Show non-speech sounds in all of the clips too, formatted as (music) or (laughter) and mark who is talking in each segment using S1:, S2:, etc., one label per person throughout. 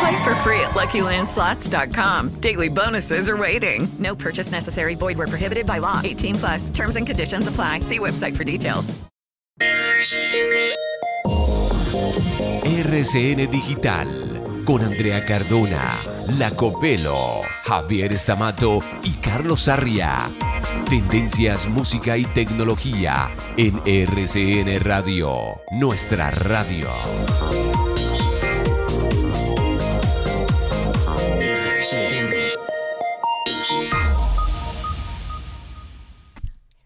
S1: Play for free at LuckyLandSlots.com. Daily bonuses are waiting. No purchase necessary. Void were prohibited by law. 18 plus. Terms and conditions apply. See website for details.
S2: RCN Digital con Andrea Cardona, Lacopelo, Javier Estamato y Carlos Arria. Tendencias, música y tecnología en RCN Radio, nuestra radio.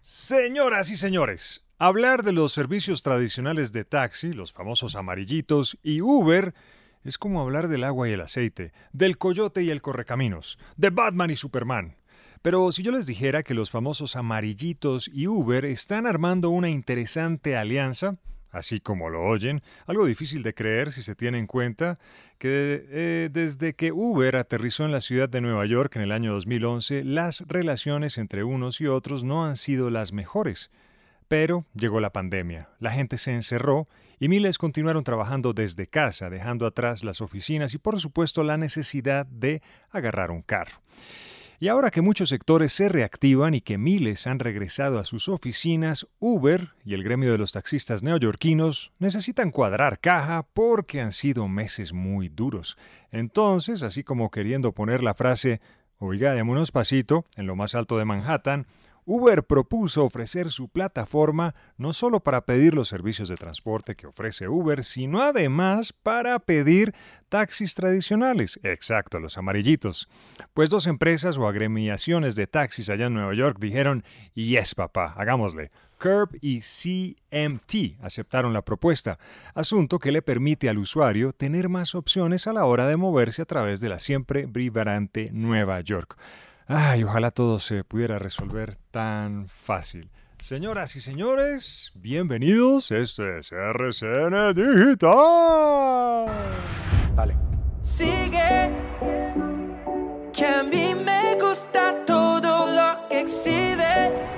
S3: Señoras y señores, hablar de los servicios tradicionales de taxi, los famosos amarillitos y Uber, es como hablar del agua y el aceite, del coyote y el correcaminos, de Batman y Superman. Pero si yo les dijera que los famosos amarillitos y Uber están armando una interesante alianza, así como lo oyen, algo difícil de creer si se tiene en cuenta que eh, desde que Uber aterrizó en la ciudad de Nueva York en el año 2011, las relaciones entre unos y otros no han sido las mejores. Pero llegó la pandemia, la gente se encerró y miles continuaron trabajando desde casa, dejando atrás las oficinas y por supuesto la necesidad de agarrar un carro. Y ahora que muchos sectores se reactivan y que miles han regresado a sus oficinas, Uber y el gremio de los taxistas neoyorquinos necesitan cuadrar caja porque han sido meses muy duros. Entonces, así como queriendo poner la frase Oiga, déme unos pasito en lo más alto de Manhattan, Uber propuso ofrecer su plataforma no solo para pedir los servicios de transporte que ofrece Uber, sino además para pedir taxis tradicionales, exacto, los amarillitos. Pues dos empresas o agremiaciones de taxis allá en Nueva York dijeron, yes papá, hagámosle. Curb y CMT aceptaron la propuesta, asunto que le permite al usuario tener más opciones a la hora de moverse a través de la siempre vibrante Nueva York. Ay, ojalá todo se pudiera resolver tan fácil. Señoras y señores, bienvenidos. Esto es RCN Digital.
S4: Dale.
S5: Sigue. Que a mí me gusta todo lo que exhibes.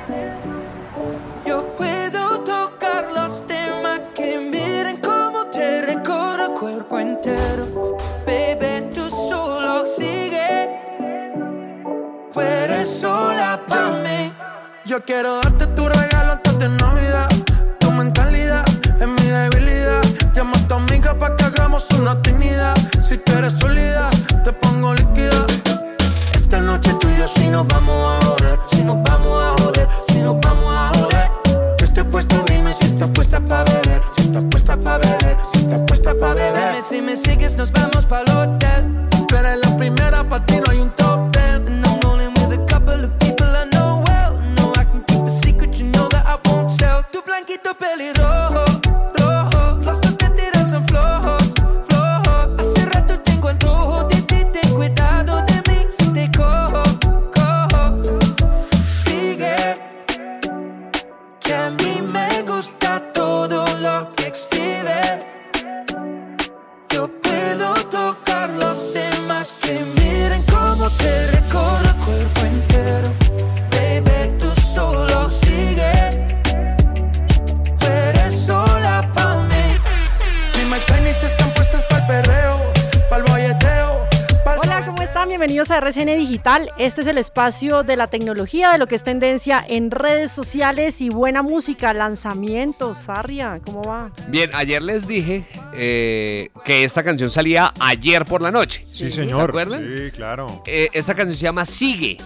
S5: Yo puedo tocar los temas que miren cómo te recorro el cuerpo entero. Bebé, tú solo sigue. Tú eres sola para mí.
S6: Yo quiero darte tu regalo antes de Navidad. Tu mentalidad es mi debilidad. Llama a tu amiga pa' que hagamos una trinidad. Si tú eres sólida, te pongo líquida. Esta noche tú y yo si nos vamos a joder, si nos vamos a joder, si nos vamos a joder. Yo estoy puesto, dime si estás puesta pa' beber, si estás puesta pa' beber, si estás puesta pa' beber.
S5: Dime si me sigues, nos vamos pa'l hotel.
S6: Tú eres la primera, pa' ti no hay un top ten.
S5: And I'm only with a couple of people I know well. No, I can keep a secret, you know that I won't tell. Tu blanquito pelirrojo, rojo. Los que te tiran son flojos, flojos. Hace rato tengo antojo de ti, ten cuidado de mí si te cojo, cojo. Sigue,
S6: Que a mí me gusta todo lo que exhibes. Yo puedo tocar los temas que miren cómo te recorro el cuerpo entero.
S5: baby, tú solo sigue.
S6: Tú eres sola pa' mí. Mis Mike Tennis están puestas para el perreo, para el bolleteo. pa'l-
S7: Hola, ¿cómo están? Bienvenidos a RCN Digital. Este es el espacio de la tecnología, de lo que es tendencia en redes sociales y buena música, lanzamientos. Arria, ¿cómo va?
S8: Bien, ayer les dije eh, que esta canción salía ayer por la noche.
S3: Sí,
S8: ¿Se
S3: señor.
S8: acuerdan?
S3: Sí, claro.
S8: Eh, esta canción se llama Sigue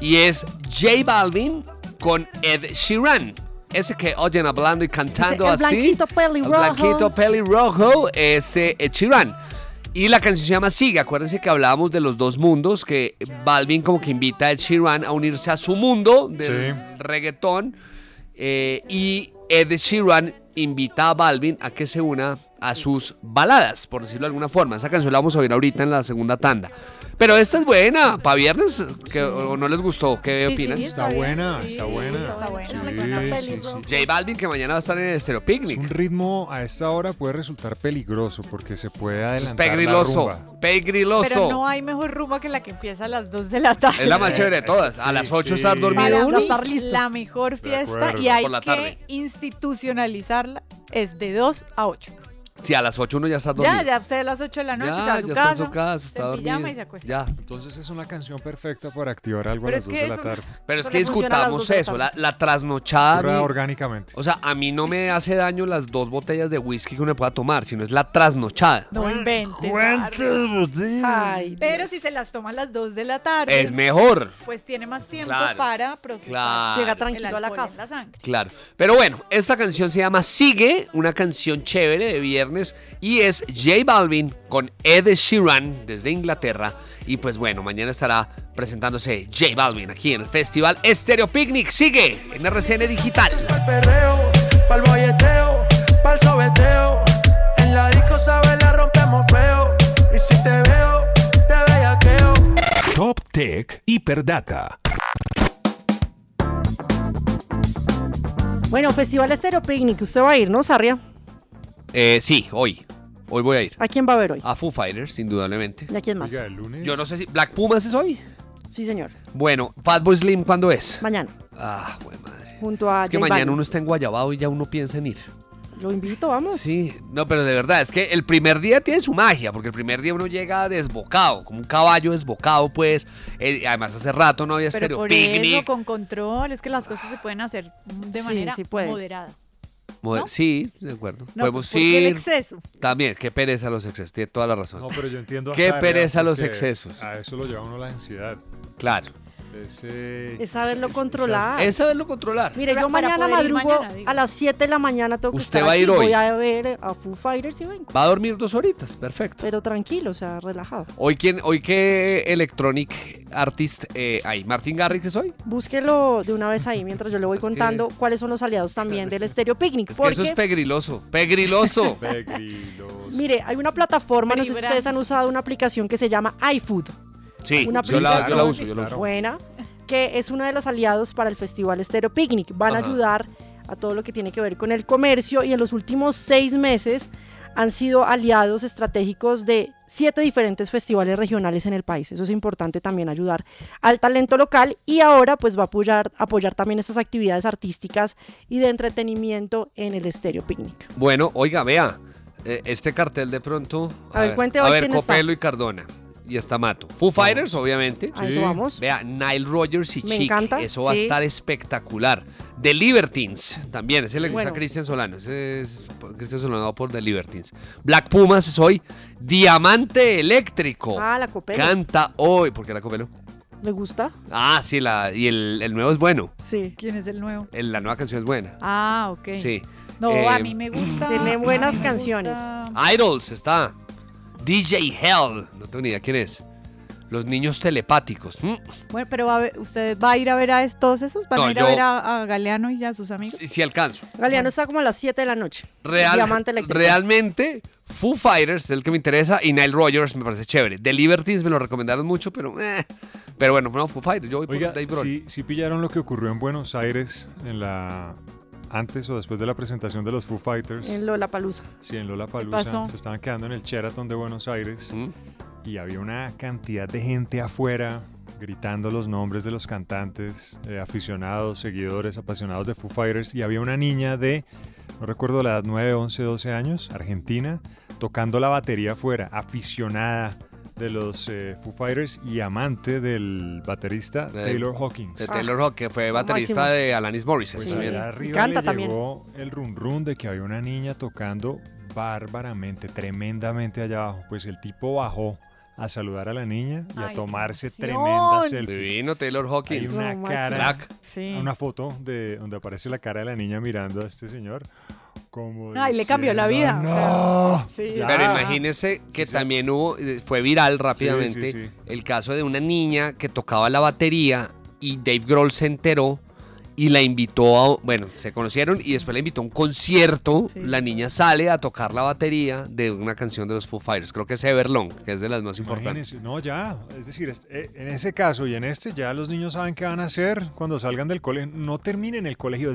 S8: y es J Balvin con Ed Sheeran.
S2: ese que oyen hablando y cantando
S6: el
S2: así.
S6: blanquito pelirrojo.
S2: El blanquito pelirrojo es eh, Ed Sheeran. Y la canción se llama Sigue. Acuérdense que hablábamos de los dos mundos, que Balvin como que invita a Ed Sheeran a unirse a su mundo del reggaetón. eh, y Ed Sheeran invita a Balvin a que se una a sus baladas, por decirlo de alguna forma. Esa canción la vamos a oír ahorita en la segunda tanda. Pero esta es buena, para viernes, que, ¿o no les gustó? ¿Qué opinan?
S3: Está buena, está buena. Sí, sí, sí.
S2: J Balvin que mañana va a estar en el Estéreo Picnic.
S3: Un ritmo a esta hora puede resultar peligroso porque se puede
S2: Es
S3: adelantar la rumba.
S2: Pues pegriloso, pegriloso.
S7: Pero no hay mejor rumba que la que empieza a las 2 de la tarde.
S2: Es la más chévere de todas. a las 8 estar
S7: Para
S2: dormido.
S7: mí, La mejor fiesta
S2: acuerdo.
S7: y hay
S2: Por la tarde.
S7: que institucionalizarla es de 2 a 8.
S2: Si a las 8 uno ya está dormido.
S7: Ya, ya usted a las 8 de la noche
S2: Ya,
S7: está a su
S2: ya
S7: casa.
S2: está en su casa, está
S7: en pijama y se
S2: dormido.
S7: acuesta.
S2: Ya.
S3: Entonces es una canción perfecta para activar algo
S7: Pero
S3: a las
S7: es
S3: 2
S7: que
S3: de
S7: es
S3: la
S7: una-
S3: tarde.
S2: Pero es
S7: Pero
S2: que
S7: funciona a las
S2: discutamos
S7: dos de la
S2: eso, la,
S7: tarde.
S2: la trasnochada. a
S3: Ocurra
S2: mí-
S3: orgánicamente.
S2: O sea, a mí no me hace daño las dos botellas de whisky que uno pueda tomar, sino es la trasnochada.
S7: No inventes.
S3: ¿Cuántas
S7: Pero si se las toma a las 2 de la tarde.
S2: Es mejor.
S7: Pues tiene más tiempo
S2: Claro,
S7: para procesar.
S2: claro. Llega
S6: tranquilo a la
S7: casa. La sangre.
S2: Claro. Pero bueno, esta canción se llama Sigue, una canción chévere de viernes y es J Balvin con Ed Sheeran desde Inglaterra. Y pues bueno, mañana estará presentándose J Balvin aquí en el Festival Stereo Picnic. Sigue en RCN Digital.
S9: perreo, pa'l bolleteo, pa'l sobeteo. En la disco, sabes, la rompemos feo. Y si te veo, te bellaqueo.
S10: Top Tech Hiperdata.
S6: Bueno, Festival Estéreo Picnic, usted va a ir, ¿no, Sarria?
S2: Eh, sí, hoy. Hoy voy a ir.
S6: ¿A quién va a ver hoy?
S2: A Foo Fighters, indudablemente.
S6: ¿Y a quién más?
S2: Yo no sé si. ¿Black Pumas es hoy?
S6: Sí, señor.
S2: Bueno, Fatboy Slim, ¿cuándo es?
S6: Mañana,
S2: Ah,
S6: junto a
S2: es que
S6: J
S2: mañana
S6: Balvin.
S2: uno está en Guayabao y ya uno piensa en ir.
S6: Lo invito, vamos.
S2: Sí. No, pero de verdad, es que el primer día tiene su magia, porque el primer día uno llega desbocado, como un caballo desbocado, pues. Eh, además, hace rato no había
S7: Pero
S2: estéreo
S7: por
S2: picnic.
S7: eso, con control, es que las cosas se pueden hacer de
S6: Sí,
S7: manera
S6: sí puede.
S7: moderada.
S2: Moder- Sí, de acuerdo.
S7: No,
S2: Podemos
S7: porque
S2: ir.
S7: el exceso.
S2: También, qué pereza los excesos, tiene toda la razón.
S3: No, pero yo entiendo. a
S2: Qué
S3: Sara,
S2: pereza los
S3: porque
S2: excesos.
S3: A eso lo lleva uno la ansiedad.
S2: Claro.
S3: Es, eh,
S6: Es saberlo
S7: Ah.
S6: controlar.
S2: Es saberlo controlar.
S6: Mire, yo
S7: Para
S6: mañana
S7: poder ir
S6: madrugo
S7: mañana, digo.
S6: a las 7 de la mañana tengo que
S2: Usted
S6: estar
S2: va a
S6: aquí,
S2: ir hoy.
S6: Voy a ver a Foo Fighters y vengo.
S2: Va a dormir dos horitas, perfecto.
S6: Pero tranquilo, o sea, relajado.
S2: Hoy, quién, hoy qué electronic artist eh, hay. Martin Garrix es hoy.
S6: Búsquelo de una vez ahí mientras yo le voy contando cuáles son los aliados también del Estéreo Picnic.
S2: Es que
S6: porque,
S2: eso es pegriloso.
S6: (laughs)
S2: Pegriloso.
S6: mire, hay una plataforma, no sé si
S7: Peribran.
S6: ustedes han usado una aplicación que se llama iFood.
S2: Sí,
S6: una
S2: yo la, yo la
S6: aplicación
S2: uso, yo la uso.
S6: Buena, que es uno de los aliados para el Festival Estéreo Picnic. Van a
S2: Ajá.
S6: ayudar a todo lo que tiene que ver con el comercio y en los últimos seis meses han sido aliados estratégicos de siete diferentes festivales regionales en el país. Eso es importante también ayudar al talento local y ahora pues va a apoyar, apoyar también estas actividades artísticas y de entretenimiento en el Estéreo Picnic.
S2: Bueno, oiga, vea. eh, este cartel de pronto. eh,
S6: A ver, cuente hoy
S2: A ver,
S6: quién está.
S2: Copelo y Cardona. Y está Mato. Foo Fighters, obviamente.
S6: A eso Sí. vamos.
S2: Vea, Nile Rogers y
S6: Me
S2: Chic.
S6: encanta,
S2: Eso va
S6: sí.
S2: a estar espectacular. The Libertines, también. Ese le gusta
S6: Bueno.
S2: a Cristian Solano. Ese es, Cristian Solano va por The Libertines. Black Pumas es hoy. Diamante Eléctrico.
S6: Ah, la Copelo.
S2: Canta hoy. ¿Por qué la Copelo?
S6: ¿Le gusta?
S2: Ah, sí, la, y el, el nuevo es bueno.
S6: Sí.
S7: ¿Quién es el nuevo?
S2: El- la nueva canción es buena.
S7: Ah, ok.
S2: Sí.
S7: No, a
S2: Eh,
S7: mí me gusta.
S6: Tiene
S7: a mí
S6: buenas
S7: me
S6: canciones.
S7: gusta-
S2: Idols está. DJ Hell. No tengo ni idea quién es. Los niños telepáticos. Mm.
S7: Bueno, pero va a ver- usted va a ir a ver a es- todos esos, van
S2: No,
S7: a ir
S2: yo-
S7: a ver a, a Galeano y a sus amigos.
S2: Si, si alcanzo.
S6: Galeano está como a las 7 de la noche.
S2: Real-
S6: Diamante eléctrico.
S2: realmente, Foo Fighters es el que me interesa y Nile Rogers me parece chévere. The Libertines me lo recomendaron mucho, pero. eh. Pero bueno, no, Foo Fighters. Yo voy
S3: Oiga,
S2: por Dave Grohl.
S3: si, si pillaron lo que ocurrió en Buenos Aires en la antes o después de la presentación de los Foo Fighters.
S6: En Lollapalooza.
S3: Sí, en Lola
S6: pasó?
S3: Palusa. Se estaban quedando en el Sheraton de Buenos Aires y había una cantidad de gente afuera gritando los nombres de los cantantes, eh, aficionados, seguidores, apasionados de Foo Fighters. Y había una niña de, no recuerdo la edad, 9, 11, 12 años, argentina, tocando la batería afuera, aficionada de los eh, Foo Fighters y amante del baterista
S2: De-
S3: Taylor Hawkins.
S2: De
S6: Ah.
S2: Taylor Hawkins, que fue baterista
S3: máximo.
S2: de Alanis Morissette.
S3: Pues
S2: Sí.
S3: allá
S2: Y
S3: arriba
S2: canta
S3: le
S2: también.
S3: llegó el run run de que había una niña tocando bárbaramente, tremendamente allá abajo. Pues el tipo bajó a saludar a la niña y
S7: Ay,
S3: a tomarse
S7: qué emoción.
S3: tremenda selfie.
S2: Divino Taylor Hawkins.
S3: Hay una
S2: No, Max,
S3: cara,
S2: crack.
S7: Sí.
S3: una foto de donde aparece la cara de la niña mirando a este señor. Como
S7: Ay, le cambió la vida.
S3: diciendo,
S7: o sea, sí.
S2: Pero
S3: Ah,
S2: imagínese que también hubo, eh, fue viral rápidamente
S3: sí, sí.
S2: el caso de una niña que tocaba la batería y Dave Grohl se enteró y la invitó a, bueno, se conocieron y después la invitó a un concierto. La niña sale a tocar la batería de una canción de los Foo Fighters, creo que es Everlong, que es de las más importantes.
S3: Imagínense, no, ya. Es decir, est- eh, en ese caso y en este, ya los niños saben qué van a hacer cuando salgan del colegio. No terminen el colegio,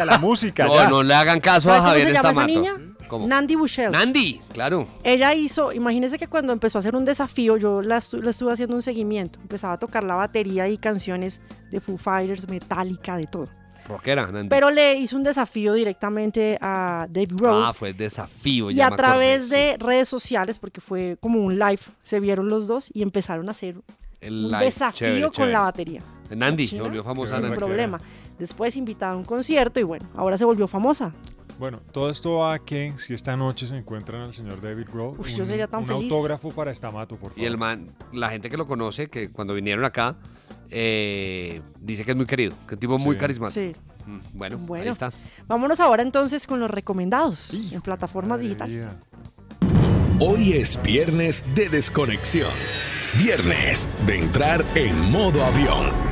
S2: (laughs)
S3: a la música.
S2: No,
S3: ya.
S2: no le hagan caso
S6: ¿Sabe
S2: a
S6: cómo
S2: Javier
S6: se llama esa
S2: Estamato.
S6: niña?
S2: ¿Cómo?
S6: Nandi Bushell.
S2: Nandi, claro.
S6: Ella hizo, imagínense que cuando empezó a hacer un desafío, yo la, estu- le estuve haciendo un seguimiento. Empezaba a tocar la batería y canciones de Foo Fighters, Metallica, de todo.
S2: Rockera, Nandi.
S6: Pero le hizo un desafío directamente a Dave Grohl.
S2: ah, fue desafío.
S6: Y
S2: ya
S6: a
S2: me acordé,
S6: través
S2: sí.
S6: de redes sociales, porque fue como un live, se vieron los dos y empezaron a hacer
S2: El
S6: un
S2: live,
S6: desafío
S2: chévere,
S6: con
S2: chévere.
S6: la batería.
S2: Nandi, se
S6: China,
S2: volvió famosa.
S6: sin
S2: Nandi.
S6: problema. Después invitada a un concierto y bueno, ahora se volvió famosa.
S3: Bueno, todo esto va a que si esta noche se encuentran al señor David Grohl,
S6: Uf,
S3: un,
S6: yo sería tan
S3: un
S6: feliz.
S3: autógrafo para Estamato, por favor.
S2: Y el man, la gente que lo conoce, que cuando vinieron acá, eh, dice que es muy querido, que es un tipo muy
S3: Sí.
S2: carismático.
S6: Sí.
S2: Mm, Bueno, ahí
S6: Bueno,
S2: está.
S6: vámonos ahora entonces con los recomendados en plataformas digitales.
S10: Hoy es viernes de desconexión. Viernes de entrar en modo avión.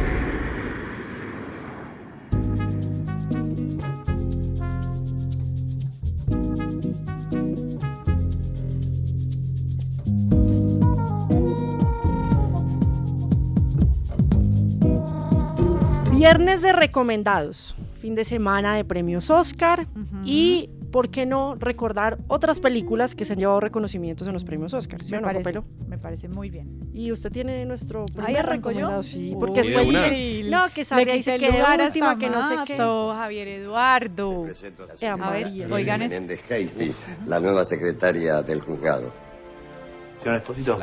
S6: Viernes de recomendados, fin de semana de premios Oscar y, ¿por qué no recordar otras películas que se han llevado reconocimientos en los premios Oscar? ¿sí o
S7: me,
S6: no,
S7: parece,
S6: Copelo?
S7: me parece muy bien.
S6: Y usted tiene nuestro
S7: Ahí
S6: primer
S7: arranco yo.
S6: recomendado, Sí, porque
S2: Uy,
S6: después
S2: de una.
S6: dicen, no, que
S7: sale
S6: Sabria dice que de última, que no sé qué.
S7: Javier Eduardo.
S6: Te amo,
S7: A ver,
S6: María.
S7: oigan esto.
S11: Menéndez Hasty, la nueva secretaria del juzgado. Señor Esposito,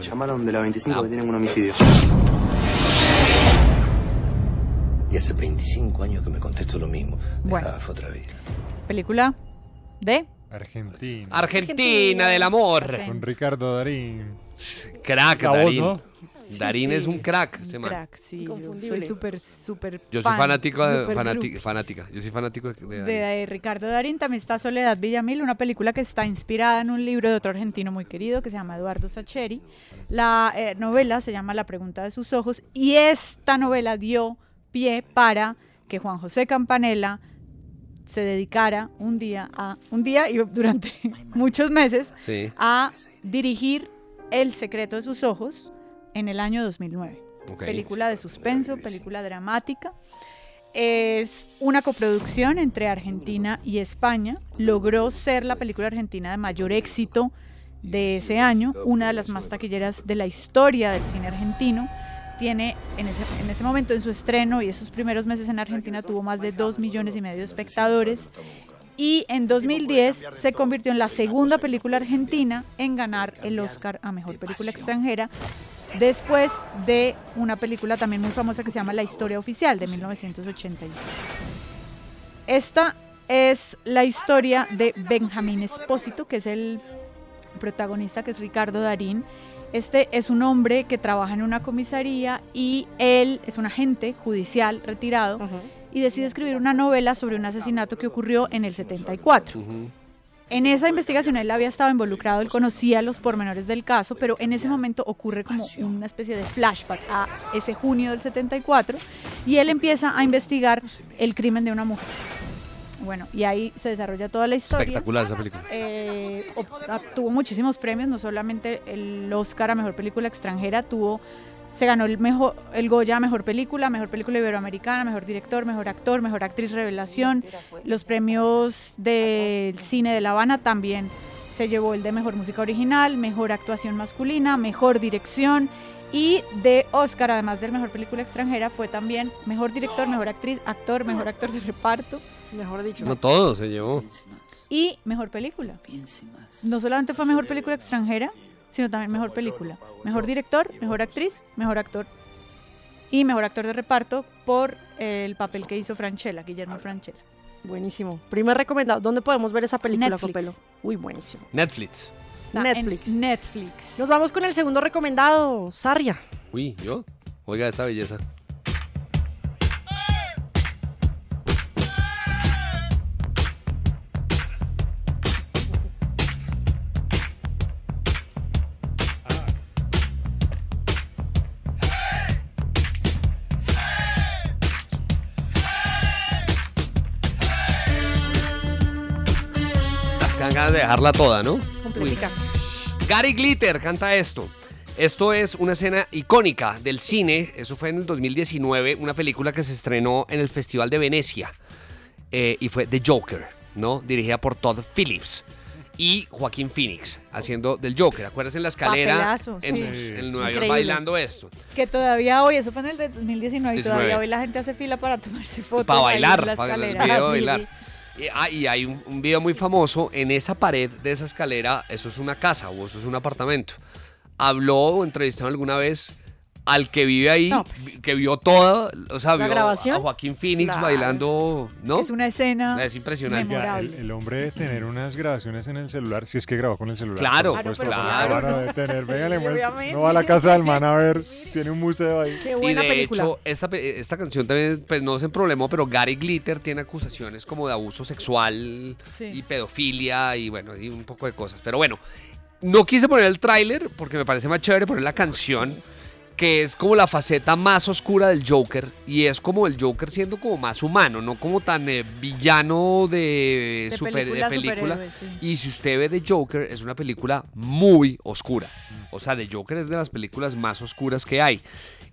S11: llamaron de la 25 que tienen un homicidio. Y hace 25 años que me contesto lo mismo.
S7: Bueno.
S11: Ah, fue otra vida.
S7: Película de
S3: Argentina.
S2: Argentina del amor.
S3: Con Ricardo Darín.
S2: Crack,
S3: La voz,
S2: Darín.
S3: ¿no?
S2: Darín
S7: Sí.
S2: es un crack, ese man.
S7: Crack, sí. Yo soy
S6: Inconfundible.
S7: súper, súper.
S2: Yo soy
S7: fan,
S2: fanático de,
S7: súper
S2: fanati-
S7: groupie.
S2: fanática. Yo soy fanático de, de
S7: De,
S2: Darín.
S7: eh, Ricardo Darín también está Soledad Villamil, una película que está inspirada en un libro de otro argentino muy querido que se llama Eduardo Sacheri. La eh, novela se llama La pregunta de sus ojos y esta novela dio pie para que Juan José Campanella se dedicara un día a un día y (laughs) durante muchos meses
S2: Sí.
S7: a dirigir El secreto de sus ojos en el año 2009.
S2: Ok.
S7: Película de suspenso, película dramática. Es una coproducción entre Argentina y España. Logró ser la película argentina de mayor éxito de ese año, una de las más taquilleras de la historia del cine argentino. Tiene en ese, en ese momento, en su estreno y esos primeros meses en Argentina, tuvo más de 2 millones y medio de espectadores. Y en 2010 se convirtió en la segunda película argentina en ganar el Oscar a Mejor Película Extranjera, después de una película también muy famosa que se llama La Historia Oficial de 1986. Esta es la historia de Benjamín Espósito, que es el protagonista, que es Ricardo Darín. Este es un hombre que trabaja en una comisaría y él es un agente judicial retirado y decide escribir una novela sobre un asesinato que ocurrió en el 74. En esa investigación él había estado involucrado, él conocía los pormenores del caso, pero en ese momento ocurre como una especie de flashback a ese junio del 74 y él empieza a investigar el crimen de una mujer. Bueno, y ahí se desarrolla toda la historia.
S2: Espectacular esa película.
S7: Eh, ob- tuvo muchísimos premios, no solamente el Oscar a Mejor Película Extranjera, tuvo, se ganó el, mejor, el Goya a Mejor Película, Mejor Película Iberoamericana, Mejor Director, Mejor Actor, Mejor Actriz Revelación, los premios del Cine de La Habana también se llevó el de Mejor Música Original, Mejor Actuación Masculina, Mejor Dirección y de Oscar, además del Mejor Película Extranjera, fue también Mejor Director, Mejor Actriz, Actor, Mejor Actor de Reparto.
S6: Mejor dicho.
S2: No todo se llevó.
S7: Y mejor película. No solamente fue mejor película extranjera, sino también mejor película. Mejor director, mejor actriz, mejor actor y mejor actor de reparto por eh, el papel que hizo Franchella, Guillermo Franchella.
S6: Buenísimo. Primer recomendado. ¿Dónde podemos ver esa película,
S7: Netflix.
S6: Copelo? Uy, buenísimo.
S2: Netflix.
S7: Está en
S6: Netflix.
S7: Netflix.
S6: Nos vamos con el segundo recomendado, Sarria.
S2: Uy, ¿yo? Oiga esta belleza. Las que dan ganas de dejarla toda, ¿no?
S6: Completica.
S2: Gary Glitter canta esto. Esto es una escena icónica del cine. Eso fue en el 2019, una película que se estrenó en el Festival de Venecia. eh, y fue The Joker, ¿no? Dirigida por Todd Phillips y Joaquín Phoenix, haciendo del Joker. ¿Acuerdas en la escalera?
S7: Papelazo,
S2: en,
S7: sí.
S2: en Nueva York
S7: Increíble.
S2: bailando esto.
S7: Que todavía hoy, eso fue en el de 2019, y
S2: 19.
S7: todavía hoy la gente hace fila para tomarse fotos.
S2: Para
S7: ahí en la
S2: bailar, para el
S7: escalera. Ah,
S2: video
S7: Sí,
S2: de
S7: sí.
S2: bailar. Y, ah, y hay un, un video muy famoso en esa pared de esa escalera. Eso es una casa o eso es un apartamento. Habló o entrevistaron alguna vez al que vive ahí, vi- que vio toda, o sea,
S7: pues. ¿La
S2: vio
S7: grabación?
S2: a Joaquín Phoenix
S7: Claro.
S2: bailando, ¿no?
S7: Es una escena.
S2: Es impresionante.
S3: Oiga, El, el hombre debe tener unas grabaciones en el celular, si es que grabó con el celular.
S2: Claro,
S3: por
S4: pues,
S3: supuesto,
S2: claro.
S3: la cámara debe tener.
S2: Sí,
S3: Venga, le muestro.
S2: obviamente.
S3: No va a la casa del man a ver, tiene un museo ahí.
S2: y de hecho, esta, pe- eh, esta canción también pues, no se problemó, pero Gary Glitter tiene acusaciones como de abuso sexual
S7: Sí.
S2: y pedofilia y bueno, y un poco de cosas. Pero bueno, no quise poner el tráiler porque me parece más chévere poner la canción, que es como la faceta más oscura del Joker y es como el Joker siendo como más humano, no como tan eh, villano de,
S7: De
S2: super- de
S7: película,
S2: película.
S7: superhéroe, sí.
S2: Y si usted ve The Joker, es una película muy oscura. O sea, The Joker es de las películas más oscuras que hay.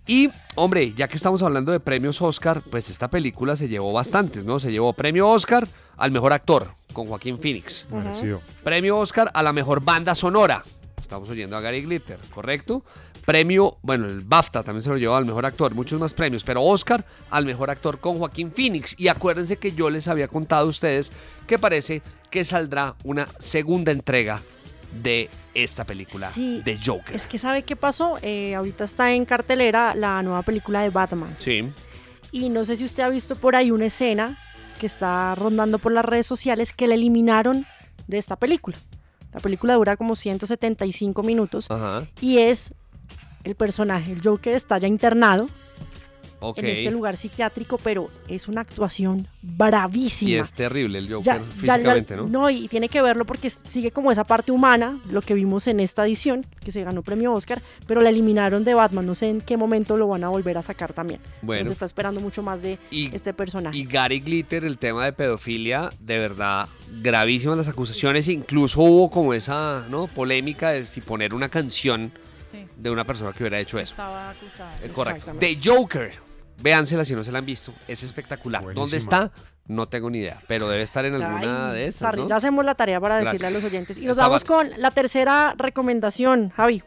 S2: Y, hombre, ya que estamos hablando de premios Oscar, pues esta película se llevó bastantes, ¿no? Se llevó premio Oscar al mejor actor, con Joaquín Phoenix.
S3: Merecido.
S2: Premio Oscar a la mejor banda sonora. Estamos oyendo a Gary Glitter, ¿correcto? Premio, bueno, el BAFTA también se lo llevó al mejor actor, muchos más premios, pero Oscar al mejor actor con Joaquín Phoenix. Y acuérdense que yo les había contado a ustedes que parece que saldrá una segunda entrega de esta película
S6: Sí.
S2: de Joker.
S6: Es que sabe qué pasó. Eh, ahorita está en cartelera la nueva película de Batman.
S2: Sí.
S6: Y no sé si usted ha visto por ahí una escena que está rondando por las redes sociales que la eliminaron de esta película. La película dura como 175 minutos
S2: Ajá.
S6: y es el personaje. El Joker está ya internado
S2: Ok.
S6: en este lugar psiquiátrico, pero es una actuación bravísima.
S2: Y es terrible el Joker
S6: Ya- ya la-
S2: físicamente, ¿no?
S6: y tiene que verlo porque sigue como esa parte humana, lo que vimos en esta edición, que se ganó premio Oscar, pero la eliminaron de Batman. No sé en qué momento lo van a volver a sacar también.
S2: Bueno.
S6: Nos está esperando mucho más de
S2: Y-
S6: este personaje.
S2: Y Gary Glitter, el tema de pedofilia, de verdad, gravísimas las acusaciones. Incluso hubo como esa ¿no? polémica de si poner una canción de una persona que hubiera hecho eso.
S7: Estaba acusada.
S2: Eh, correcto. The Joker. Véansela si no se la han visto. Es espectacular. ¿Dónde está? No tengo ni idea. Pero debe estar en alguna
S6: Ay,
S2: de esas.
S6: Sarri,
S2: ¿no?
S6: Ya hacemos la tarea para
S2: Gracias.
S6: decirle a los oyentes. Y nos
S2: Está
S6: vamos
S2: Bat-
S6: con la tercera recomendación, Javi.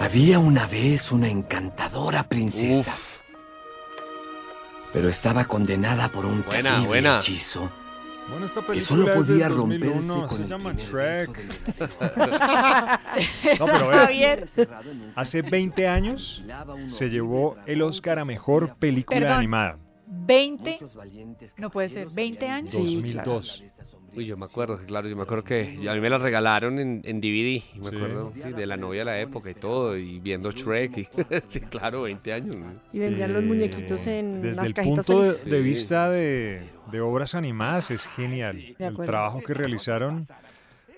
S4: Había una vez una encantadora princesa. Pero estaba condenada por un
S2: Buena,
S4: terrible
S2: buena.
S4: hechizo
S3: Bueno, esta
S4: que
S3: película
S4: solo
S3: es del
S4: podía
S3: 2001,
S4: romperse con
S3: se
S4: el
S3: llama
S4: primer
S3: Shrek.
S6: (laughs)
S3: no, pero vea, hace 20 años se llevó el Oscar a mejor película
S7: Perdón.
S3: animada.
S7: 20. No puede ser, 20 años.
S3: 2002.
S2: Uy, yo me acuerdo, claro, yo me acuerdo que yo- a mí me la regalaron en, en DVD, y me acuerdo sí, de la novia de la época y todo, y viendo Shrek, y, (laughs) sí, claro, 20 años. ¿no?
S6: Y vendían
S2: Eh,
S6: los muñequitos en
S3: Eh, Desde
S6: las
S3: el
S6: cajitas
S3: punto de,
S6: felices.
S3: de
S2: Sí.
S3: vista de, de obras animadas es genial. El
S6: acuerdo.
S3: trabajo que realizaron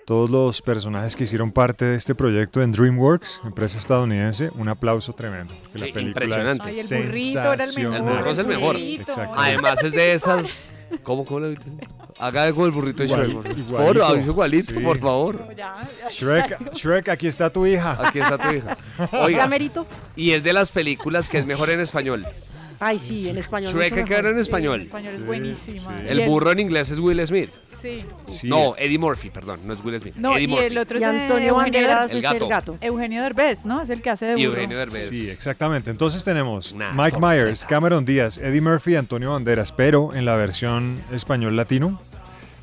S3: todos los personajes que hicieron parte de este proyecto en DreamWorks, empresa estadounidense, un aplauso tremendo. Que la
S2: Sí,
S3: película
S2: impresionante.
S3: es
S2: Ay, el burrito era el
S3: sensacional.
S2: El burro es el mejor. Además es de esas. ¿Cómo, cómo lo viste? Haga como el burrito de
S3: Igual-
S2: Shrek. Por
S3: igualito.
S2: favor, hizo igualito,
S3: Sí.
S2: por favor.
S3: Shrek, Shrek, aquí está tu hija.
S2: Aquí está tu
S7: (laughs)
S2: hija.
S6: ¿Ya
S2: Oiga,
S6: merito?
S2: y es de las películas que es mejor en español.
S6: Ay, sí, en español.
S2: Shrek
S6: mucho
S2: hay que verlo en
S6: mejor.
S2: español.
S7: español es buenísima. Y
S2: El burro en inglés es Will Smith.
S7: Sí.
S2: No, Eddie Murphy, perdón, no es Will Smith.
S7: No,
S2: Eddie
S7: y
S2: Murphy.
S7: el otro
S6: Y
S7: es eh,
S6: Antonio
S7: Eugenio
S6: Banderas
S2: El
S7: Derbez.
S2: es el gato. gato.
S7: Eugenio Derbez, ¿no? Es el que hace de
S2: Y
S7: burro.
S2: Eugenio Derbez.
S3: Sí, exactamente. Entonces tenemos Mike Myers, Cameron Díaz, Eddie Murphy y Antonio Banderas, pero en la versión español latino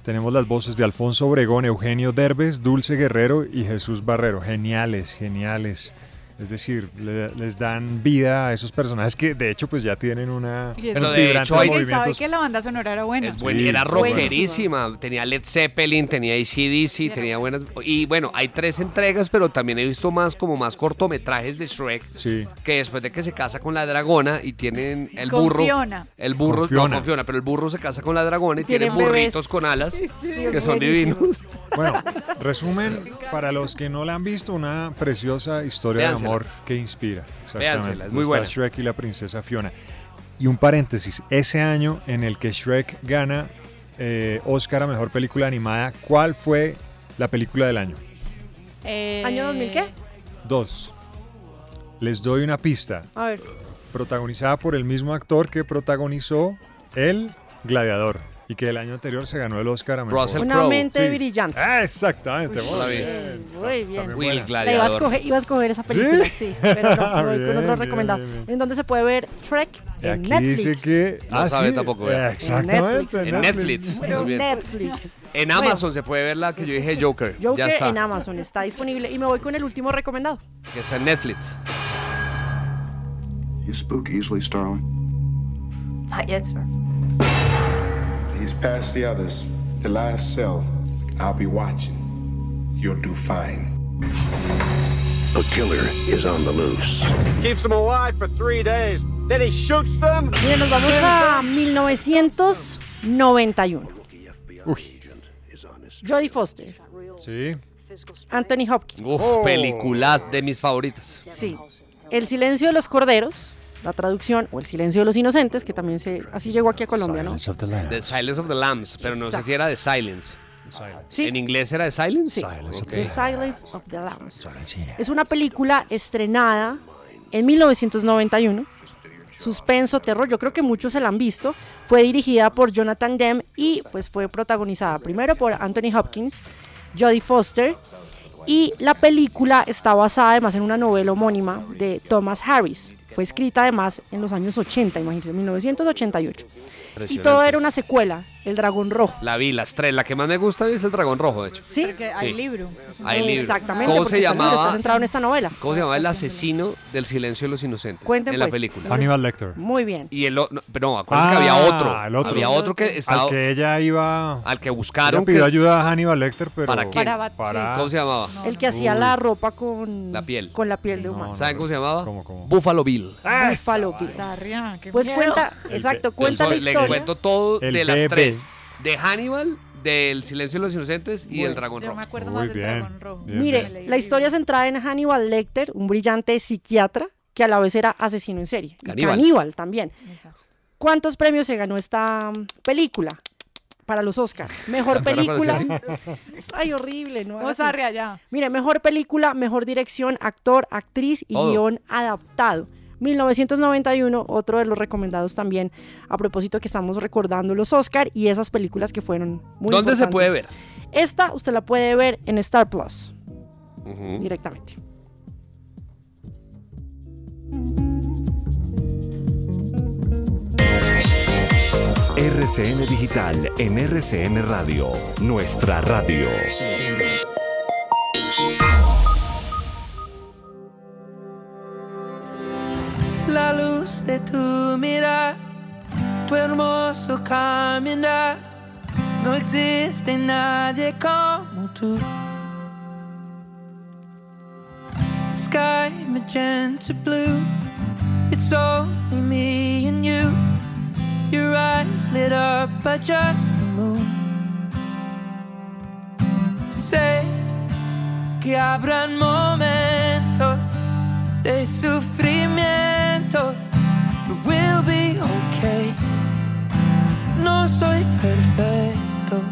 S3: tenemos las voces de Alfonso Obregón, Eugenio Derbez, Dulce Guerrero y Jesús Barrero. Geniales, geniales. Es decir, le- les dan vida a esos personajes que de hecho pues ya tienen una
S7: Y es-
S3: unos
S2: Pero de
S3: vibrantes
S2: hecho hay-
S7: Oye, sabe
S3: movimientos.
S7: que la banda sonora era buena.
S2: Es buena, era
S7: Buenísima.
S2: rockerísima. Tenía Led Zeppelin, tenía ACDC, tenía buenas. Y bueno, hay tres entregas, pero también he visto más como más cortometrajes de Shrek. Que después de que se casa con la dragona y tienen el
S7: Con
S2: burro.
S7: Fiona.
S2: El burro,
S3: Con Fiona.
S2: no con Fiona, pero el burro se casa con la dragona y
S7: Tienen
S2: tienen burritos
S7: bebés.
S2: con alas que
S7: es
S2: son
S7: buenísimo.
S2: divinos.
S3: Bueno, resumen, para los que no la han visto, una preciosa historia
S2: Véansela.
S3: de amor que inspira. Exactamente.
S2: Véansela, es
S3: Donde
S2: muy
S3: está
S2: buena.
S3: Shrek y la princesa Fiona. Y un paréntesis, ese año en el que Shrek gana eh, Oscar a Mejor Película Animada, ¿cuál fue la película del año?
S7: Eh,
S6: ¿Año 2000 qué?
S3: Dos. Les doy una pista.
S6: A ver.
S3: Protagonizada por el mismo actor que protagonizó El Gladiador y que el año anterior se ganó el Oscar a Mejor.
S6: Una mente
S3: Sí.
S6: brillante.
S3: Exactamente.
S6: Uy,
S3: muy
S6: la vi.
S3: bien.
S6: Muy bien.
S3: También buena.
S6: La ibas a coger, ibas a coger esa película,
S3: ¿Sí?
S6: sí,
S3: (laughs)
S6: pero no, me voy
S3: Bien,
S6: con otro
S3: bien,
S6: recomendado.
S3: bien, bien.
S6: ¿En dónde se puede ver Trek?
S3: Y
S6: En
S3: aquí
S6: Netflix.
S3: dice que. ah,
S2: No sabe tampoco, vea.
S3: Eh, Exactamente.
S2: En Netflix.
S6: Pero
S2: Muy bien.
S6: Netflix.
S2: En
S6: Bueno,
S2: Amazon se puede ver la que yo dije Joker. ya
S6: Joker
S2: está.
S6: en Amazon está disponible. Y me voy con el último recomendado.
S2: Que está en Netflix.
S12: You spook easily, Starling.
S13: Not yet, sir.
S12: He's past the others. The last cell. I'll be watching. You'll do fine.
S11: The killer is on the loose.
S14: Keeps them alive for three days. Then he shoots them.
S6: Bien, nos vamos a 1991. Jodie Foster,
S3: Sí.
S6: Anthony Hopkins.
S2: Uf, películas de mis favoritas.
S6: Sí. El silencio de los corderos, la traducción, o el silencio de los inocentes, que también se así llegó aquí a Colombia, ¿no?
S2: The Silence of the Lambs, pero no sé
S6: Exacto.
S2: si era The Silence.
S6: Sí.
S2: ¿En inglés era The Silence? Ok.
S6: The Silence of the Lambs. Es una película estrenada en 1991. Suspenso, terror, yo creo que muchos se la han visto. Fue dirigida por Jonathan Demme y pues fue protagonizada primero por Anthony Hopkins, Jodie Foster y la película está basada además en una novela homónima de Thomas Harris. Fue escrita además en los años 80, imagínense, 1988. Y todo
S2: Impresionante.
S6: era una secuela, El Dragón Rojo.
S2: La vi, las tres. La que más me gusta es el Dragón Rojo, de hecho.
S6: ¿Sí?
S2: hay Sí.
S7: libro.
S2: Hay libro.
S6: Exactamente,
S2: ¿Cómo
S6: porque
S2: se
S6: está-
S2: llamaba?
S6: está centrado en esta novela.
S2: ¿Cómo se llamaba el asesino del silencio de los inocentes?
S6: Cuenten,
S2: en la
S6: pues.
S2: película.
S3: Hannibal Lecter.
S6: Muy bien.
S2: Y el o- no, pero no, acuérdense que había
S3: Ah,
S2: otro.
S3: el otro.
S2: Había otro que estaba
S3: Al que ella iba.
S2: al que
S3: Ella
S2: buscaron
S3: pidió
S2: Ah, que-
S3: ayuda a Hannibal Lecter, pero.
S2: ¿Para quién?
S6: Para Bat-
S3: para-
S6: sí.
S2: ¿Cómo se llamaba?
S6: El que hacía
S2: Uy,
S6: la ropa con
S2: la piel. Ah,
S6: con la piel de humano.
S2: ¿Saben cómo se llamaba? Buffalo Bill.
S6: Buffalo Bill. Pues cuenta, exacto, cuenta la
S2: Les
S6: historia.
S2: cuento todo
S3: El
S2: de las
S3: bebé.
S2: tres. De Hannibal, del silencio de los inocentes y
S3: Muy-
S2: el Dragón Rojo.
S3: Muy bien. bien, bien.
S6: Mire, la historia centrada en Hannibal Lecter, un brillante psiquiatra que a la vez era asesino en serie. Y
S2: Caníbal.
S6: caníbal también. ¿Cuántos premios se ganó esta mm, película? Para los Oscars. Mejor
S2: (laughs) Para
S6: película.
S2: parecer
S6: Ay, horrible, ¿no? hagan
S7: Vos
S6: así.
S7: arre allá.
S6: Mire, mejor película, mejor dirección, actor, actriz y
S2: Todo.
S6: guión adaptado. 1991, otro de los recomendados también, a propósito que estamos recordando los Oscar y esas películas que fueron muy
S2: ¿Dónde se
S6: importantes.
S2: puede ver?
S6: Esta usted la puede ver en Star Plus
S2: Ujú.
S6: directamente.
S15: RCN Digital en RCN Radio, nuestra radio.
S5: La luz de tu mirar, tu hermoso caminar. No existe nadie como tú. Sky magenta blue, it's only me and you. Your eyes lit up by just the moon. Sé que habrán momentos de sufrimiento. But we'll be okay. No soy perfecto,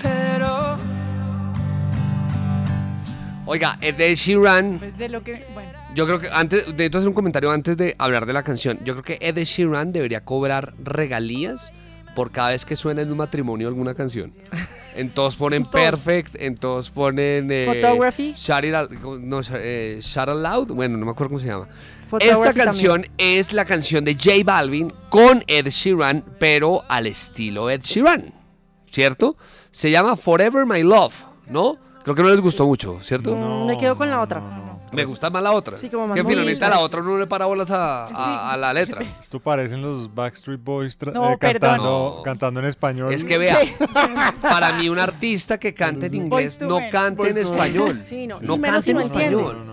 S5: pero
S2: Oiga, es de Sheeran.
S7: Pues de lo que. Bueno,
S2: Yo creo que antes, de hecho, hacer un comentario antes de hablar de la canción. Yo creo que Ed Sheeran debería cobrar regalías por cada vez que suena en un matrimonio alguna canción. En todos
S6: (laughs)
S2: ponen Perfect, en todos ponen. eh,
S6: Photography.
S2: Shout It Out- no, eh, Shout Out Loud. Bueno, no me acuerdo cómo se llama.
S6: Photography
S2: Esta canción es la canción de J Balvin con Ed Sheeran, pero al estilo Ed Sheeran, ¿cierto? Se llama Forever My Love, ¿no? Creo que no les gustó mucho, ¿cierto?
S6: Me quedo con la otra.
S2: Me gusta más la otra.
S6: Sí, como más
S2: que
S6: movido.
S2: finalmente a la otra no le para bolas a, a- a la letra.
S3: Esto parecen los Backstreet Boys tra-
S2: No,
S3: eh, cantando,
S2: perdón.
S3: cantando en español.
S2: Es que vea, para mí un artista que canta en inglés
S6: to
S2: no
S6: men.
S2: canta
S6: Boyz
S2: en
S6: to men.
S2: español.
S6: (laughs) Sí, no,
S2: No
S6: y
S2: canta
S6: menos si
S2: en
S6: no entiende.
S2: español.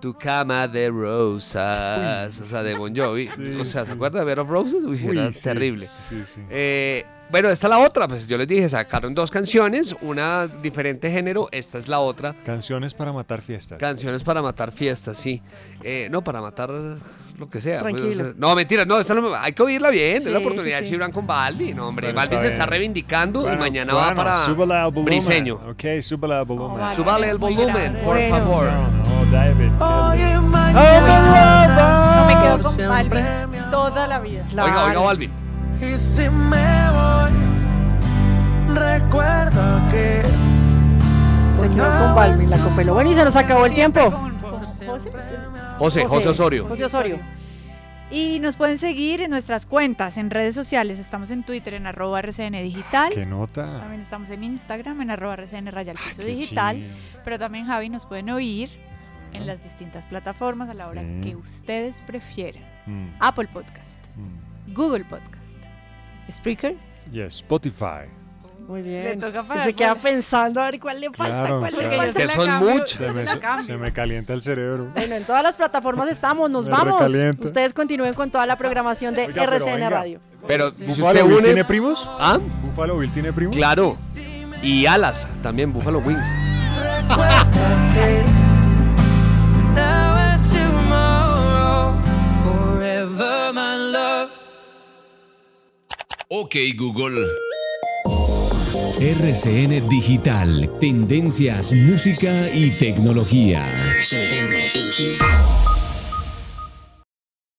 S2: Tu cama de rosas, o sea, de Bon Jovi. o sea, ¿se acuerda de Bed of Roses? Uy,
S3: Uy,
S2: era
S3: sí.
S2: terrible.
S3: Sí, sí.
S2: Eh, bueno, esta es la otra, pues yo les dije, sacaron dos canciones, una diferente género, esta es la otra.
S3: Canciones para matar fiestas.
S2: Canciones para matar fiestas, sí. Eh, no, para matar eh, lo que sea. pues,
S3: Tranquilo.
S2: o sea, no, mentira, no, esta no- hay que oírla bien. es la
S3: Sí,
S2: oportunidad
S3: sí,
S2: de
S3: sí.
S2: Chibran con Balvin, no, hombre.
S3: Bueno,
S2: Balvin
S3: está
S2: se está
S3: bien.
S2: reivindicando y
S3: Bueno,
S2: mañana va
S3: bueno,
S2: para
S3: súbale al volumen.
S2: Briseño.
S3: Ok, súbale al volumen.
S6: Oh
S2: Súbale el volumen, por favor.
S3: No, David.
S9: Oye,
S7: No
S9: mañana.
S7: me quedo con Balvin toda la vida.
S2: Oiga, oiga, Balvin.
S9: Y si me voy, recuerda que
S6: Se quedó con Balvin, la copeló. Bueno, y se nos acabó el tiempo.
S7: José.
S2: José, José Osorio.
S6: José Osorio.
S7: Y nos pueden seguir en nuestras cuentas, en redes sociales. Estamos en Twitter, en arroba RCN Digital.
S3: Qué nota.
S7: También estamos en Instagram, en arroba RCN Rayal Piso Digital.
S3: chido. Ah.
S7: Pero también, Javi, nos pueden oír en las distintas plataformas a la hora
S3: Sí.
S7: que ustedes prefieran.
S3: Mm.
S7: Apple Podcast, Google Podcast, Spreaker.
S3: Y Spotify.
S6: Muy bien.
S7: Le toca
S6: Y
S7: para
S6: Se
S7: el
S6: queda
S7: Balvin.
S6: pensando a ver cuál le falta,
S3: Claro,
S6: cuál le
S3: claro.
S6: falta.
S3: Que
S6: La
S3: son
S6: cambio,
S3: muchas. Se me,
S6: la cambio.
S3: se me calienta el cerebro.
S6: Bueno, en todas las plataformas estamos, nos
S3: Me
S6: vamos.
S3: recalienta.
S6: Ustedes continúen con toda la programación de
S3: Oiga, pero
S6: RCN
S3: venga.
S6: Radio.
S2: Pero si
S3: ¿Buffalo
S2: usted
S3: Bill
S2: une-
S3: tiene primos?
S2: ¿Ah?
S3: ¿Buffalo Bill tiene primos?
S2: Claro. Y alas, también Buffalo Wings.
S5: now and tomorrow, forever, my love.
S16: Ok, Google.
S17: RCN Digital, tendencias, música y tecnología.
S5: RCN Digital.